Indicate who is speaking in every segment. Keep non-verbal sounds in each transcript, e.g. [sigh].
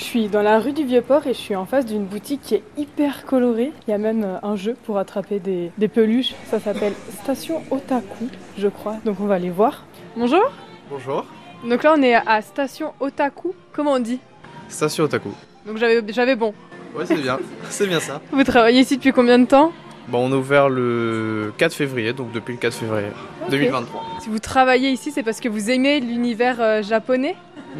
Speaker 1: suis dans la rue du Vieux-Port et je suis en face d'une boutique qui est hyper colorée. Il y a même euh, un jeu pour attraper des, des peluches. Ça s'appelle Station Otaku, je crois. Donc on va aller voir. Bonjour.
Speaker 2: Bonjour.
Speaker 1: Donc là, on est à Station Otaku. Comment on dit
Speaker 2: Station Otaku.
Speaker 1: Donc j'avais j'avais bon.
Speaker 2: Ouais, c'est bien. [laughs] c'est bien ça.
Speaker 1: Vous travaillez ici depuis combien de temps
Speaker 2: Bon, on a ouvert le 4 février, donc depuis le 4 février 2023.
Speaker 1: Si vous travaillez ici, c'est parce que vous aimez l'univers euh, japonais.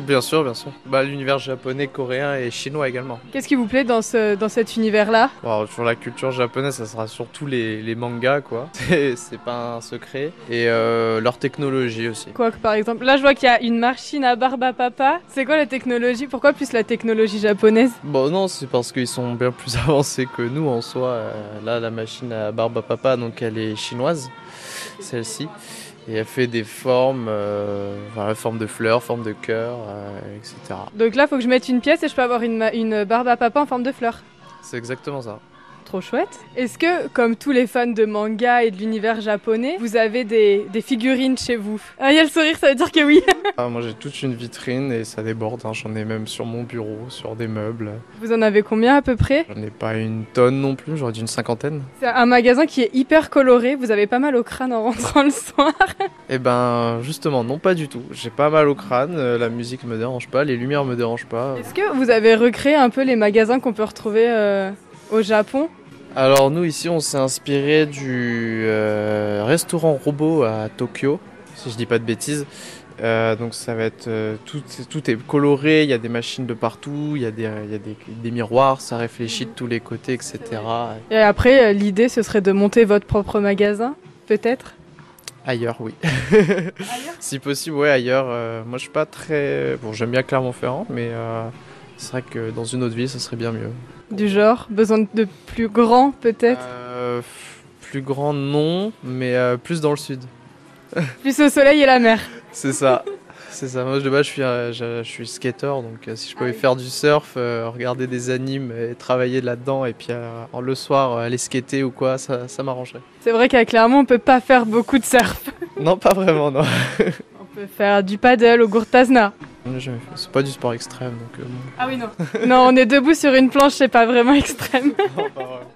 Speaker 2: Bien sûr, bien sûr. Bah, l'univers japonais, coréen et chinois également.
Speaker 1: Qu'est-ce qui vous plaît dans, ce, dans cet univers-là
Speaker 2: Bon, alors, sur la culture japonaise, ça sera surtout les, les mangas, quoi. [laughs] C'est c'est pas un secret. Et euh, leur technologie aussi.
Speaker 1: Quoi que par exemple, là je vois qu'il y a une machine à barbe à papa. C'est quoi la technologie Pourquoi plus la technologie japonaise
Speaker 2: Bon, non, c'est parce qu'ils sont bien plus [laughs] avancés que nous en soi. Euh, là, la machine à barbe à papa, donc elle est chinoise, celle-ci. Et elle fait des formes, euh, voilà, forme de fleurs, forme de cœur, euh, etc.
Speaker 1: Donc là, faut que je mette une pièce et je peux avoir une, ma- une barbe à papa en forme de fleur.
Speaker 2: C'est exactement ça.
Speaker 1: Trop chouette. Est-ce que, comme tous les fans de manga et de l'univers japonais, vous avez des, des figurines chez vous Ah, il y a le sourire, ça veut dire que oui. [laughs]
Speaker 2: Ah, moi j'ai toute une vitrine et ça déborde, hein. j'en ai même sur mon bureau, sur des meubles.
Speaker 1: Vous en avez combien à peu près
Speaker 2: J'en ai pas une tonne non plus, j'aurais dû une cinquantaine.
Speaker 1: C'est un magasin qui est hyper coloré. Vous avez pas mal au crâne en rentrant le soir.
Speaker 2: Eh ben justement, non pas du tout. J'ai pas mal au crâne, euh, la musique me dérange pas, les lumières me dérangent pas.
Speaker 1: Est-ce que vous avez recréé un peu les magasins qu'on peut retrouver euh, au Japon
Speaker 2: Alors nous ici on s'est inspiré du euh, restaurant robot à Tokyo, si je dis pas de bêtises. Euh, donc ça va être euh, tout, tout est coloré, il y a des machines de partout, il y a, des, il y a des, des miroirs, ça réfléchit de tous les côtés, etc.
Speaker 1: Et après, euh, l'idée, ce serait de monter votre propre magasin, peut-être
Speaker 2: Ailleurs, oui. [laughs] si possible, ouais, ailleurs. euh, moi, je suis pas très. Bon, j'aime bien Clermont-Ferrand, mais euh, c'est vrai que dans une autre ville, ça serait bien mieux.
Speaker 1: Du genre, besoin de plus grand, peut-être
Speaker 2: Euh, f- plus grand, non, mais euh, plus dans le sud.
Speaker 1: Plus au soleil et la mer.
Speaker 2: C'est ça. c'est ça. Moi, de base, je suis, euh, je, je suis skater, donc euh, si je pouvais faire du surf, euh, regarder des animes et travailler là-dedans, et puis euh, le soir, euh, aller skater ou quoi, ça, ça m'arrangerait.
Speaker 1: C'est vrai qu'à Clermont, on peut pas faire beaucoup de surf.
Speaker 2: non, pas vraiment, non.
Speaker 1: On peut faire du paddle au Gourtasna.
Speaker 2: J'ai jamais fait. C'est pas du sport extrême, donc. euh, [laughs]
Speaker 1: Ah oui, non. non, on est debout sur une planche, c'est pas vraiment [laughs] extrême.
Speaker 2: bon. Non, pas vraiment.